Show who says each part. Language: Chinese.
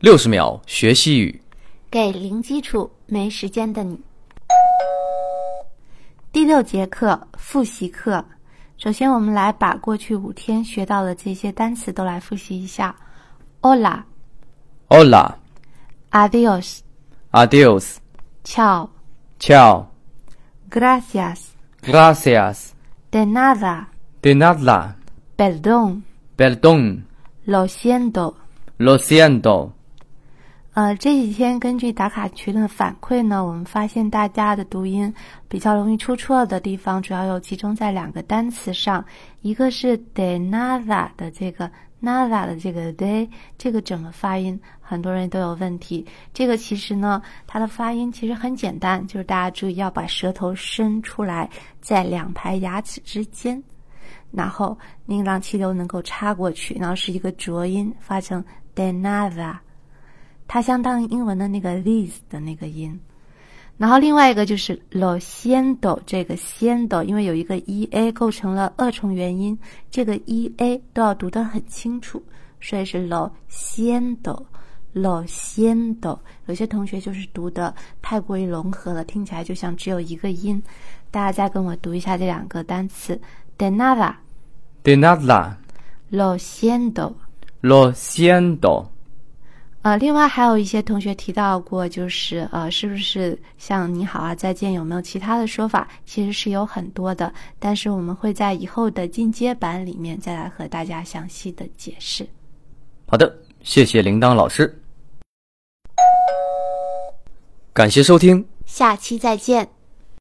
Speaker 1: 六十秒学西语。
Speaker 2: 给零基础没时间的你。第六节课复习课，首先我们来把过去五天学到的这些单词都来复习一下。Hola,
Speaker 1: Hola,
Speaker 2: adios,
Speaker 1: adios,
Speaker 2: ciao,
Speaker 1: ciao,
Speaker 2: gracias,
Speaker 1: gracias,
Speaker 2: de nada,
Speaker 1: de nada,
Speaker 2: perdón,
Speaker 1: perdón,
Speaker 2: lo siento。
Speaker 1: lo siento。
Speaker 2: 呃，这几天根据打卡群的反馈呢，我们发现大家的读音比较容易出错的地方，主要有集中在两个单词上，一个是 de nada 的这个 nada 的这个 de 这个怎么发音，很多人都有问题。这个其实呢，它的发音其实很简单，就是大家注意要把舌头伸出来，在两排牙齿之间。然后令让气流能够插过去，然后是一个浊音，发成 de nada，它相当于英文的那个 this 的那个音。然后另外一个就是 lo siento 这个 siento，因为有一个 e a 构成了二重元音，这个 e a 都要读得很清楚，所以是 lo siento。lo siento，有些同学就是读的太过于融合了，听起来就像只有一个音。大家再跟我读一下这两个单词：de nada，lo
Speaker 1: de nada,
Speaker 2: siento。
Speaker 1: lo siento。
Speaker 2: 呃，另外还有一些同学提到过，就是呃，是不是像“你好啊”“再见”有没有其他的说法？其实是有很多的，但是我们会在以后的进阶版里面再来和大家详细的解释。
Speaker 1: 好的，谢谢铃铛老师，感谢收听。
Speaker 2: 下期再见。